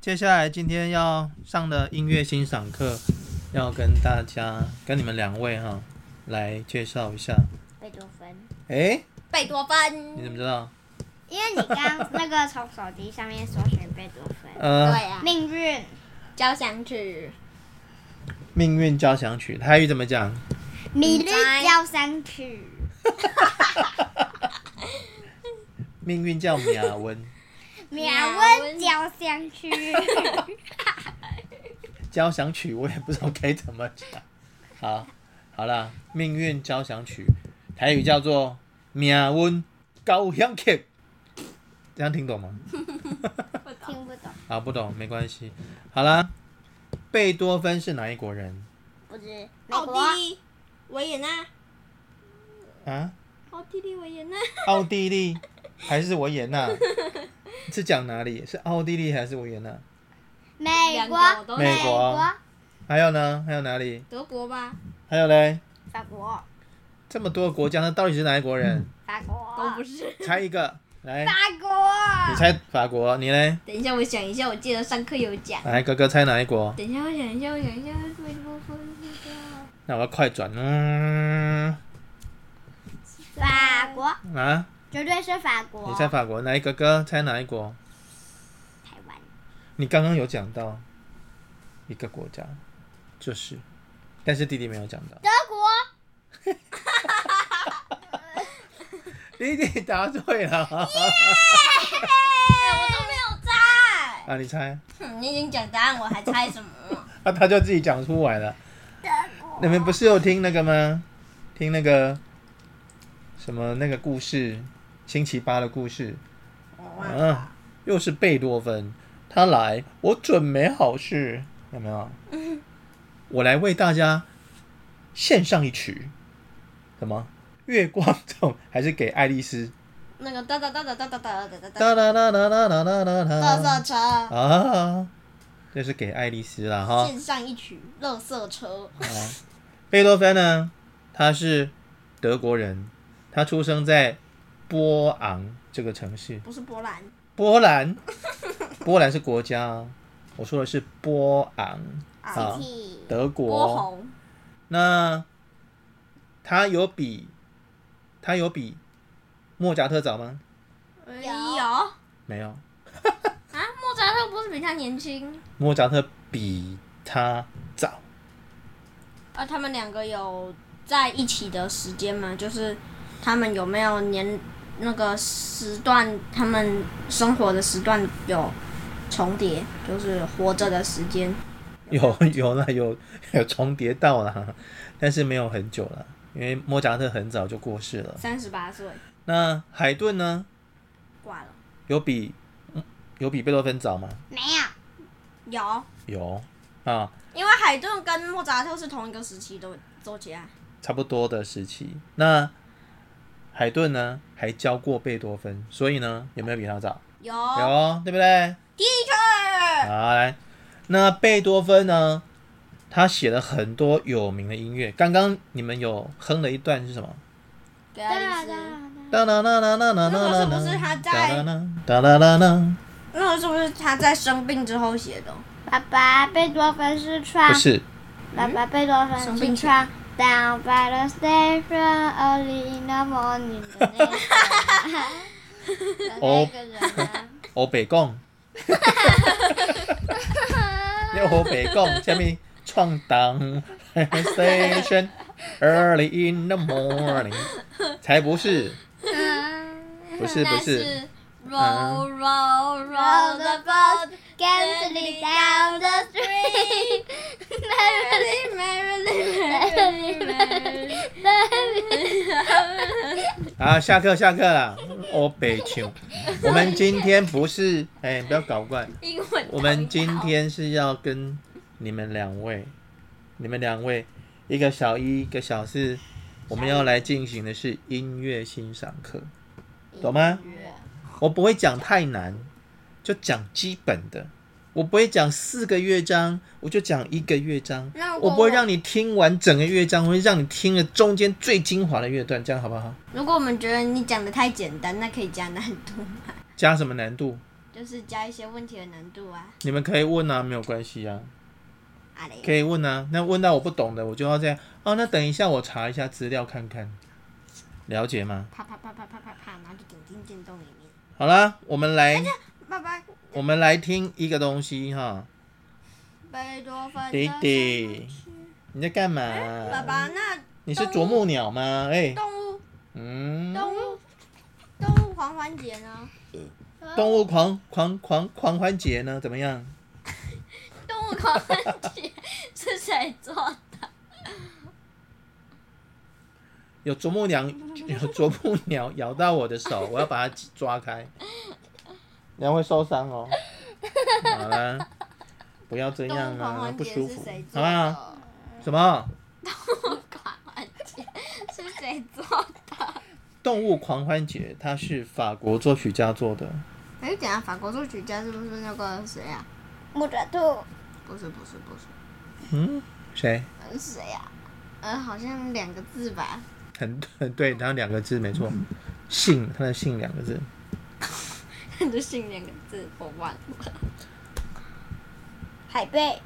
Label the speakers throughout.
Speaker 1: 接下来今天要上的音乐欣赏课，要跟大家跟你们两位哈来介绍一下。
Speaker 2: 贝多芬，
Speaker 1: 诶，
Speaker 3: 贝多
Speaker 1: 你
Speaker 3: 芬。
Speaker 1: 怎么知道？
Speaker 2: 因为你刚那个从手机上面搜寻贝多 芬，
Speaker 3: 对啊
Speaker 1: 呃，
Speaker 3: 呀、
Speaker 2: 命运
Speaker 3: 交响曲。
Speaker 1: 命运交响曲，台语怎么讲？
Speaker 2: 米
Speaker 3: 米
Speaker 2: 律
Speaker 3: 律
Speaker 2: 交响曲，
Speaker 1: 命运叫米亚温，
Speaker 2: 秒
Speaker 3: 秒
Speaker 2: 温
Speaker 3: 温
Speaker 2: 交响曲，
Speaker 1: 交响曲我也不知道该怎么讲。好，好啦，命运交响曲，台语叫做命运交响曲，这样听懂吗？
Speaker 3: 不 懂。
Speaker 2: 听不懂，
Speaker 1: 啊，不懂没关系。好啦，贝多芬是哪一国人
Speaker 2: 不是美
Speaker 3: 奥
Speaker 2: 国
Speaker 3: 地利、维也纳、
Speaker 1: 啊？
Speaker 3: 奥地利、维也纳、
Speaker 1: 奥地利还是维也纳？是讲哪里？是奥地利还是维也纳？
Speaker 2: 美
Speaker 3: 两个我
Speaker 2: 国
Speaker 3: 都
Speaker 1: 美
Speaker 2: 美
Speaker 1: 国还有呢？还有哪里？
Speaker 3: 德国吧，
Speaker 1: 还有嘞？
Speaker 2: 法国
Speaker 1: 这么多个国家，那到底是哪一国人？
Speaker 2: 法国
Speaker 3: 都不是。
Speaker 1: 猜一个，来，
Speaker 2: 法国
Speaker 1: 你猜法国，你嘞？
Speaker 3: 等一下，我想一下，我记得上课有讲。
Speaker 1: 来，哥哥猜哪一国？
Speaker 3: 等一下，我想一下，我想一下，贝多芬那个
Speaker 1: 那我要快转。嗯
Speaker 2: 法国
Speaker 1: 啊，
Speaker 2: 绝对是法国，
Speaker 1: 你猜法国？来，哥哥猜哪一国？
Speaker 2: 台湾
Speaker 1: 你刚刚有讲到一个国家，就是，但是弟弟没有讲到。
Speaker 2: 德国
Speaker 1: 弟弟答对了。
Speaker 3: 哎，我都没有猜。
Speaker 1: 啊，你猜？
Speaker 3: 哼，你已经讲答案，我还猜什么？
Speaker 1: 啊，他就自己讲出来了。
Speaker 2: 德国，
Speaker 1: 你们不是有听那个吗？听那个什么那个故事，星期八的故事。啊，又是贝多芬，他来，我准没好事，有没 有？我来为大家献上一曲，什么？月光种还是给爱丽丝？
Speaker 3: 那个哒哒哒哒哒哒哒哒哒哒。
Speaker 1: 哒哒哒哒哒哒哒哒
Speaker 3: 乐
Speaker 1: 哒
Speaker 3: 色车，
Speaker 1: 啊！这是给爱丽丝啦哈。
Speaker 3: 献上一曲《乐色车》。
Speaker 1: 啊，贝多芬呢，他是德国人，他出生在波昂这个城市。
Speaker 3: 不是波兰，
Speaker 1: 波兰，波兰是国家哦，我说的是波昂啊，
Speaker 2: City
Speaker 1: 德
Speaker 3: 波
Speaker 1: 国。
Speaker 3: 鸿，
Speaker 1: 那他有比他有比莫扎特早吗？
Speaker 3: 有啊，
Speaker 1: 没有，
Speaker 3: 莫扎特不是比他年轻
Speaker 1: 莫扎特比他早。
Speaker 3: 啊？他们两个有在一起的时间吗？就是他们有没有年那个时段，他们生活的时段有重叠，就是活着的时间。
Speaker 1: 有 有啦，有有重叠到啦，但是没有很久了，因为莫扎特很早就过世了。
Speaker 3: 三十八岁
Speaker 1: 那海顿呢？
Speaker 3: 挂了，
Speaker 1: 有比嗯有比贝多芬早吗？
Speaker 2: 没有
Speaker 3: 有，
Speaker 1: 有啊，
Speaker 3: 因为海顿跟莫扎特是同一个时期的走起来，
Speaker 1: 差不多的时期。那海顿呢，还教过贝多芬，所以呢，有没有比他早？
Speaker 3: 有
Speaker 1: 有哦，对不对？
Speaker 3: teacher，
Speaker 1: 好，来，那贝多芬呢，他写了很多有名的音乐。刚刚你们有哼了一段是什么？
Speaker 3: 给
Speaker 2: 哒啦
Speaker 3: 爱丽
Speaker 2: 哒啦
Speaker 3: 丝。
Speaker 1: 哒
Speaker 2: 哒
Speaker 1: 啦啦啦啦啦啦啦
Speaker 3: 那个是不是他在
Speaker 1: 哒啦啦哒啦啦啦？
Speaker 3: 那个是不是他在生病之后写的？
Speaker 2: 爸爸贝多芬是唱
Speaker 1: 不是，
Speaker 2: 爸爸
Speaker 1: 嗯
Speaker 2: 贝多芬是唱 Down by the station early in the morning 的那个
Speaker 1: 哦
Speaker 2: 人的那个人啊，
Speaker 1: 欧北贡。你河北讲什么？闯荡 station early in the morning，才不是， 不是不
Speaker 3: 嗯
Speaker 1: 是，
Speaker 3: Roll, roll,
Speaker 2: Roll
Speaker 3: roll
Speaker 2: the
Speaker 3: the
Speaker 2: boat
Speaker 3: boat
Speaker 2: gently down the stream, merrily, merrily, merrily, merrily, merrily。
Speaker 1: 啊，下课下课啦，欧北球。我们今天不是，哎、不要搞怪，
Speaker 3: 英文
Speaker 1: 我们今天是要跟你们两位，你们两位，一个小一，一个小四，我们要来进行的是音乐欣赏课，懂吗？我不会讲太难，就讲基本的。我不会讲四个乐章，我就讲一个乐章
Speaker 3: 那。如果
Speaker 1: 我不会
Speaker 3: 我
Speaker 1: 让你听完整个乐章，我会让你听了中间最精华的乐段，这样好不好？
Speaker 3: 如果我们觉得你讲的太简单，那可以加难度。
Speaker 1: 加什么难度？
Speaker 3: 就是加一些问题的难度啊。
Speaker 1: 你们可以问啊，没有关系啊，
Speaker 3: 啊嘞，
Speaker 1: 可以问啊。那问到我不懂的，我就要这样哦。那等一下我查一下资料看看，了解吗？
Speaker 3: 啪啪啪啪啪啪啪，然后就点进电动里面。
Speaker 1: 好啦，我们来，
Speaker 3: 爸爸，
Speaker 1: 我们来听一个东西哈。
Speaker 3: 贝多芬的
Speaker 1: 弟弟
Speaker 3: 小夜曲
Speaker 1: 你在干嘛？
Speaker 3: 爸爸，那
Speaker 1: 你是啄木鸟吗？哎、
Speaker 3: 动物
Speaker 1: 嗯，
Speaker 3: 动物动物狂欢节 呢？
Speaker 1: 动物狂狂狂狂欢节呢？怎么样？
Speaker 3: 动物狂欢节是谁做的？
Speaker 1: 有啄木 鸟，有啄木鸟咬到我的手，我要把它抓开，然后会受伤哦。好啦，不要这
Speaker 3: 动
Speaker 1: 样
Speaker 3: 物狂
Speaker 1: 啊，
Speaker 3: 欢
Speaker 1: 不
Speaker 3: 节
Speaker 1: 舒
Speaker 3: 是
Speaker 1: 服
Speaker 3: 谁做
Speaker 1: 啊？
Speaker 3: 的？
Speaker 1: 什么？
Speaker 3: 动物狂欢节是谁做的？
Speaker 1: 动物狂欢节，它是法国作曲家做的。
Speaker 3: 哎，等一下，法国作曲家是不是那个谁啊？
Speaker 2: 木爪兔，
Speaker 3: 不是，不是，不是，
Speaker 1: 嗯，谁？
Speaker 3: 呃是谁呀、呃，好像两个字吧。
Speaker 1: 很很对，然后两个字没错，姓，它的姓两个字。
Speaker 3: 就姓两个字，我忘了。
Speaker 2: 海贝，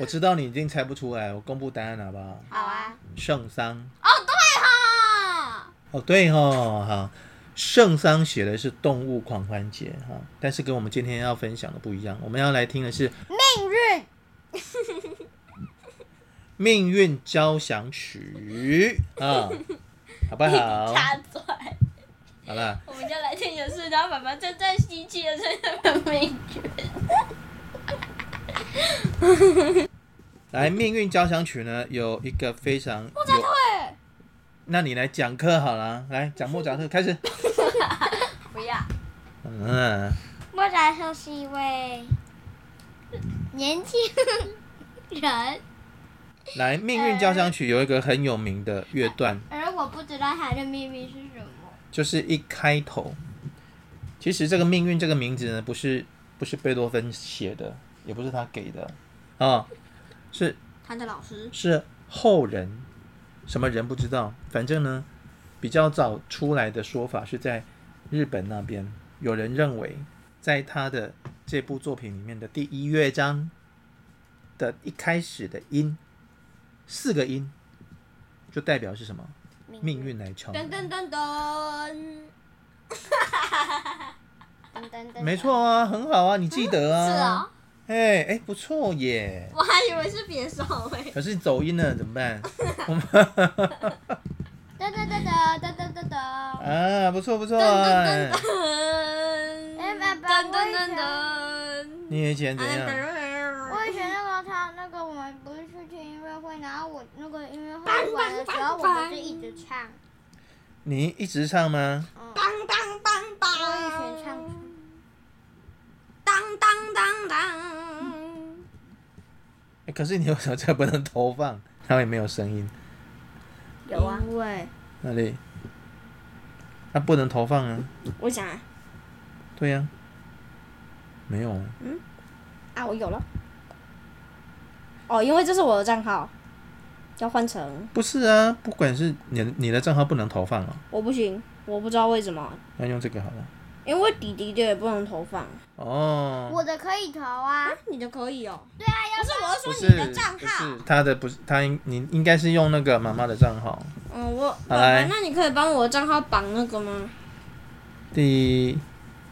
Speaker 1: 我知道你一定猜不出来，我公布答案好不好？
Speaker 3: 好啊。
Speaker 1: 圣桑。
Speaker 3: 哦，对哈。
Speaker 1: 哦，对哦，哈，圣桑写的是动物狂欢节哈，但是跟我们今天要分享的不一样，我们要来听的是
Speaker 2: 命运，
Speaker 1: 命运交响曲啊，好不好？
Speaker 3: 插嘴，
Speaker 1: 好啦，
Speaker 3: 我们就来听也是，然后爸爸就在吸气的时候的名句。
Speaker 1: 来，命运交响曲呢有一个非常有，
Speaker 3: 对，
Speaker 1: 那你来讲课好了，来讲莫扎特开始，
Speaker 3: 不要。
Speaker 1: 嗯，
Speaker 2: 莫扎特是一位年轻 人，
Speaker 1: 来，命运交响曲有一个很有名的乐段，
Speaker 2: 而我不知道他的秘密是什么。
Speaker 1: 就是一开头。其实这个“命运”这个名字呢，不是不是贝多芬写的，也不是他给的啊、是
Speaker 3: 他的老师
Speaker 1: 是后人，什么人不知道，反正呢，比较早出来的说法是在日本那边，有人认为在他的这部作品里面的第一乐章的一开始的音，四个音，就代表是什么？命运来敲门。
Speaker 3: 噔噔噔噔，
Speaker 2: 噔噔噔，
Speaker 1: 没，错啊，很好啊，你记得啊。
Speaker 3: 是啊，
Speaker 1: 哎哎，不错耶。
Speaker 3: 我还以为是别手欸诶。
Speaker 1: 可是你走音了怎么 办？
Speaker 2: 噔噔噔噔噔噔噔噔。
Speaker 1: 啊，不错不错
Speaker 3: 噔
Speaker 1: 啊
Speaker 3: 噔噔。噔，
Speaker 2: 哎爸爸
Speaker 3: 噔
Speaker 2: 我
Speaker 1: 你
Speaker 2: 也想
Speaker 3: 噔噔
Speaker 1: 以前
Speaker 3: 噔，
Speaker 1: 怎样？
Speaker 2: 我以前那个他那个我们不是去听音乐会，然后我那个音乐会完了之后，我们就一直唱，
Speaker 1: 你一直唱吗？
Speaker 2: 嗯，
Speaker 3: 当当当当，
Speaker 2: 我以前唱出，
Speaker 3: 当当当当，
Speaker 1: 哎可是你为什么这个不能投放？ 它也没有声音，
Speaker 3: 有啊，因
Speaker 1: 那里？它不能投放啊。
Speaker 3: 我想啊，
Speaker 1: 对呀、没有啊。
Speaker 3: 啊，我有了。哦，因为这是我的账号，要换成
Speaker 1: 不是啊，不管是你的你的账号不能投放哦，
Speaker 3: 我不行，我不知道为什么，
Speaker 1: 要用这个好了。
Speaker 3: 因为弟弟的也不能投放。
Speaker 1: 哦，
Speaker 2: 我的可以投啊，
Speaker 3: 啊你的可以哦。
Speaker 2: 对啊，要
Speaker 3: 不是，我是
Speaker 1: 不
Speaker 3: 说
Speaker 1: 是
Speaker 3: 你的账
Speaker 1: 不是
Speaker 3: 号。
Speaker 1: 他的不是他应你应该是用那个妈妈的账号。
Speaker 3: 嗯，我
Speaker 1: 好
Speaker 3: 爸
Speaker 1: 来
Speaker 3: 爸，那你可以帮我的账号绑那个吗？
Speaker 1: 第一，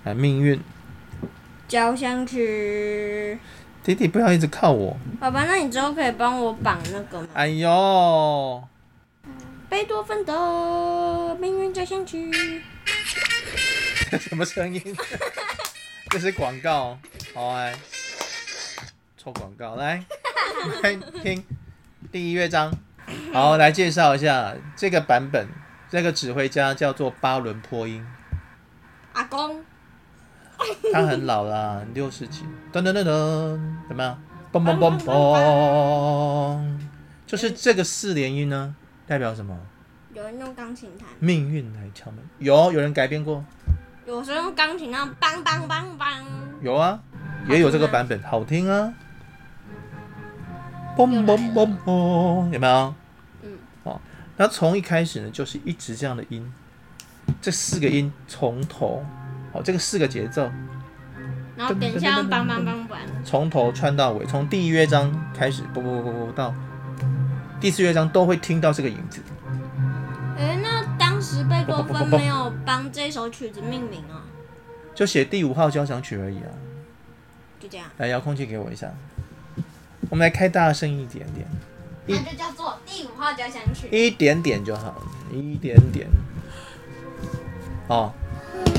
Speaker 1: 哎，命运，
Speaker 3: 交响曲。
Speaker 1: 弟弟不要一直靠我。
Speaker 3: 爸爸，那你之后可以帮我绑那个吗？
Speaker 1: 哎呦，
Speaker 3: 贝多芬的命运交响曲。
Speaker 1: 这 什么声音？这是广告，好哎，抽广告来 来听第一乐章。好，来介绍一下这个版本，这个指挥家叫做巴伦坡音，
Speaker 3: 阿公，
Speaker 1: 他很老啦，六十几，噔噔噔噔，怎么样？嘣嘣嘣嘣，就是这个四连音呢，代表什么？
Speaker 3: 有人用钢琴弹，
Speaker 1: 命运来敲门。有有人改编过，
Speaker 3: 有时候用钢琴那样梆梆梆梆。
Speaker 1: 有啊，也有这个版本，啊好听啊。嘣嘣嘣嘣，有没有？
Speaker 3: 嗯。
Speaker 1: 哦，那从一开始呢，就是一直这样的音，这四个音从头，哦，这个四个节奏
Speaker 3: 然后等一下要帮帮帮完，
Speaker 1: 从头穿到尾，从第一乐章开始，不不不不不到第四乐章都会听到这个影子。
Speaker 3: 诶，哎那当时贝多芬没有帮这首曲子命名啊，
Speaker 1: 就写第五号交响曲而已啊。
Speaker 3: 就这样。
Speaker 1: 来，遥控器给我一下，我们来开大声一点点，
Speaker 3: 那就叫做第五号交响曲
Speaker 1: 一点点就好，一点点。哦，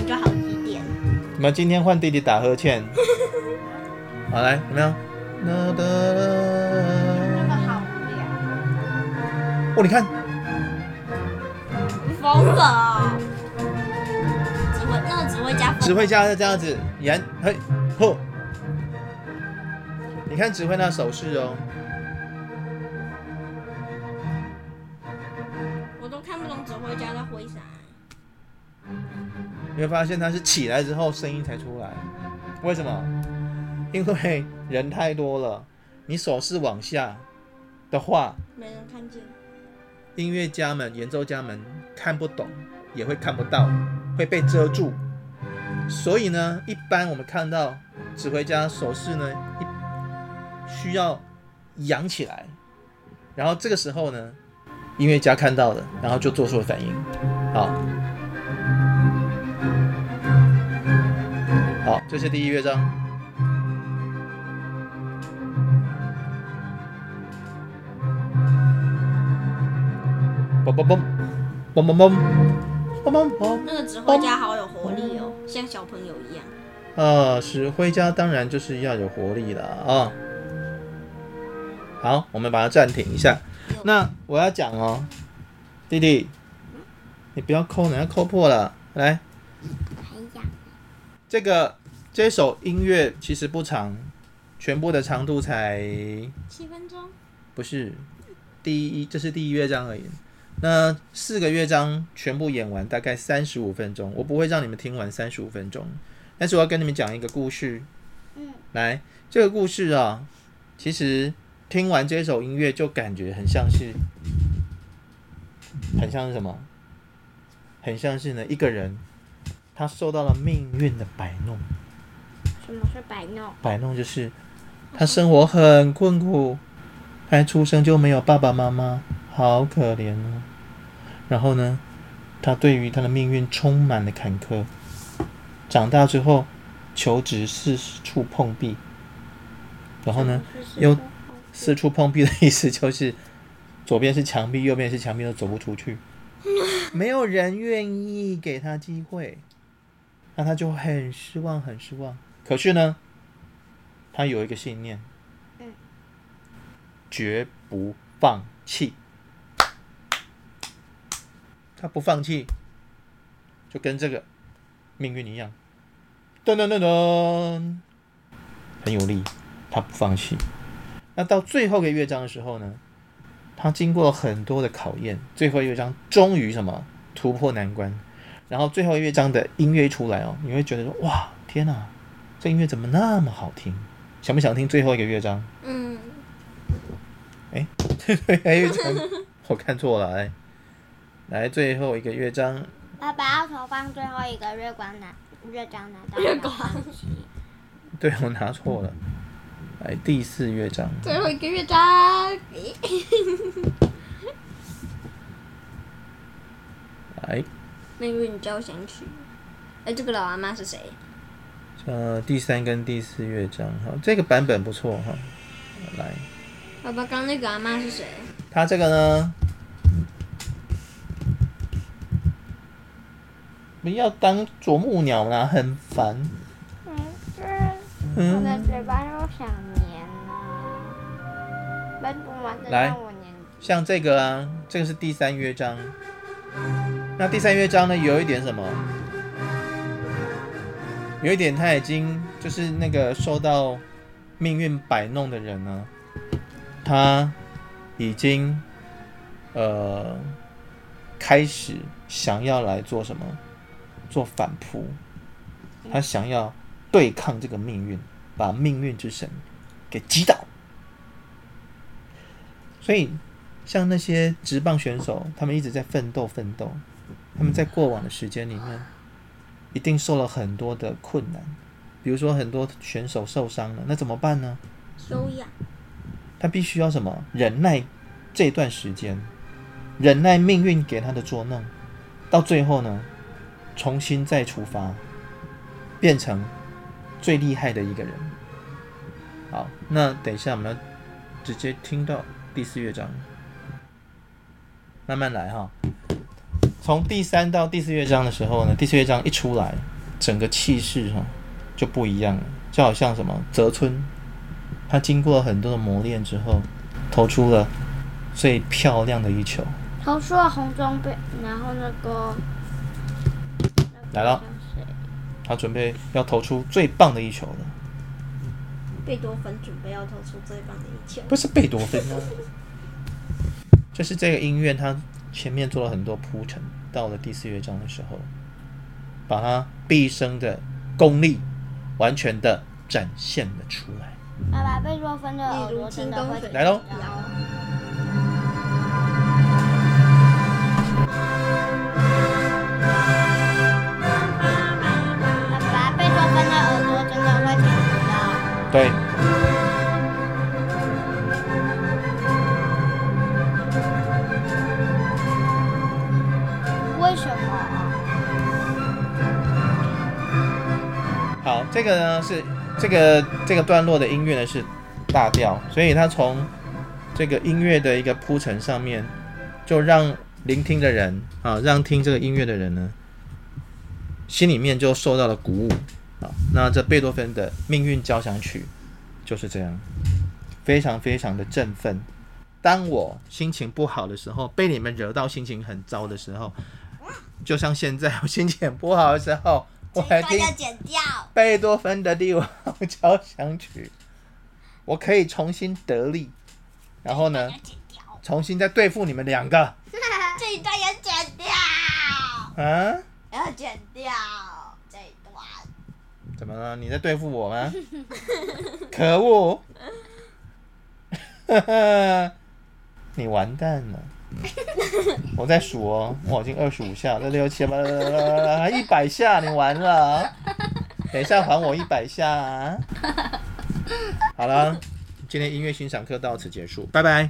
Speaker 3: 就好一点。
Speaker 1: 你们今天换弟弟打呵 欠。好，来，怎么样？哒哒
Speaker 2: 真的
Speaker 1: 哒
Speaker 2: 好无聊。
Speaker 1: 哦，你看，
Speaker 3: 你疯了哦！指挥那个指挥家疯了
Speaker 1: 指挥家是这样子，演嘿吼。你看指挥那手势哦，
Speaker 3: 我都看不懂指挥家在挥啥。
Speaker 1: 你会发现他是起来之后声音才出来。为什么？因为人太多了，你手势往下的话，
Speaker 3: 没人看见，
Speaker 1: 音乐家们、演奏家们看不懂，也会看不到，会被遮住。所以呢，一般我们看到指挥家手势呢，一需要扬起来，然后这个时候呢，音乐家看到了，然后就做出了反应。好，好，这是第一乐章。嘣嘣嘣，嘣嘣嘣，嘣嘣嘣。
Speaker 3: 那个指挥家好有活力哦，像小朋友一样。
Speaker 1: 啊，指挥家当然就是要有活力的啊。好，我们把它暂停一下。那我要讲哦，弟弟，你不要抠，你要抠破了。来，
Speaker 2: 哎呀，
Speaker 1: 这个这首音乐其实不长，全部的长度才
Speaker 3: 七分钟，
Speaker 1: 不是第一，这是第一乐章而已。那四个乐章全部演完大概三十五分钟，我不会让你们听完三十五分钟，但是我要跟你们讲一个故事。
Speaker 2: 嗯，
Speaker 1: 来，这个故事啊，其实听完这首音乐就感觉很像是，很像是什么？很像是呢，一个人他受到了命运的摆弄，
Speaker 2: 什么是摆弄？
Speaker 1: 摆弄就是他生活很困苦，还出生就没有爸爸妈妈，好可怜哦。然后呢，他对于他的命运充满了坎坷。长大之后，求职四处碰壁，然后呢，又四处碰壁的意思就是，左边是墙壁，右边是墙壁，都走不出去，没有人愿意给他机会，那他就很失望，很失望。可是呢，他有一个信念，
Speaker 2: 嗯
Speaker 1: 绝不放弃。他不放弃，就跟这个命运一样，噔噔噔噔，很有力。他不放弃。那到最后一个乐章的时候呢，他经过很多的考验，最后一个乐章终于什么突破难关。然后最后一乐章的音乐一出来哦，你会觉得说哇，天哪，这音乐怎么那么好听？想不想听最后一个乐章？
Speaker 3: 嗯，
Speaker 1: 最后一个哎乐章，我看错了，哎，来最后一个乐章，
Speaker 2: 爸爸要投放最后一个月光拿乐章拿到
Speaker 3: 月光
Speaker 2: 拿到机
Speaker 1: 对我拿错了，来第四乐章，
Speaker 3: 最后一个乐章，
Speaker 1: 来
Speaker 3: 命运交响曲。哎，这个老阿妈是谁？
Speaker 1: 呃第三跟第四乐章，哈，这个版本不错哈，来。
Speaker 3: 爸爸，刚刚那个阿妈是谁？
Speaker 1: 它这个呢，不要当啄木鸟啦，很烦。
Speaker 2: 没事，我的
Speaker 1: 嗯，
Speaker 2: 嘴巴又想粘了。本主马上
Speaker 1: 来
Speaker 2: 让我粘。
Speaker 1: 像这个啊，这个是第三乐章。那第三乐章呢，有一点什么？有一点他已经就是那个受到命运摆弄的人呢，他已经呃开始想要来做什么？做反扑，他想要对抗这个命运，把命运之神给击倒。所以，像那些职棒选手，他们一直在奋斗奋斗，他们在过往的时间里面，一定受了很多的困难，比如说很多选手受伤了，那怎么办呢？
Speaker 3: 收养，
Speaker 1: 他必须要什么忍耐这段时间，忍耐命运给他的捉弄，到最后呢，重新再出发，变成最厉害的一个人。好，那等一下我们要直接听到第四乐章，慢慢来哈。从第三到第四乐章的时候呢，第四乐章一出来，整个气势哈就不一样了，就好像什么泽村他经过很多的磨练之后，投出了最漂亮的一球。
Speaker 2: 投出了红中杯，然后那个
Speaker 1: 来了，他准备要投出最棒的一球了，
Speaker 3: 贝多芬准备要投出最棒的一球。
Speaker 1: 不是贝多芬啊，就是这个音乐，它前面做了很多铺陈，到了第四乐章的时候，把他毕生的功力完全的展现了出来。
Speaker 2: 爸爸贝多芬的耳朵真的会
Speaker 1: 来喽
Speaker 2: 爸爸贝多芬的耳朵真的会听不到。
Speaker 1: 对。
Speaker 2: 为什么？
Speaker 1: 好，这个呢是这个这个段落的音乐呢是大调，所以它从这个音乐的一个铺陈上面，就让聆听的人啊，让听这个音乐的人呢，心里面就受到了鼓舞啊。那这贝多芬的《命运交响曲》就是这样，非常非常的振奋。当我心情不好的时候，被你们惹到心情很糟的时候，就像现在我心情很不好的时候，我还听
Speaker 3: 剪掉。
Speaker 1: 贝多芬的第五号交响曲，我可以重新得力，然后呢，
Speaker 3: 剪掉。
Speaker 1: 重新再对付你们两个啊
Speaker 3: 这一段也剪 掉，要剪掉这一段。
Speaker 1: 怎么了？你在对付我吗？可恶！你完蛋了！我在数哦，我已经二十五下，这六七八，还一百下，你完了！等一下还我一百下、啊。好了，今天音乐欣赏课到此结束，拜拜。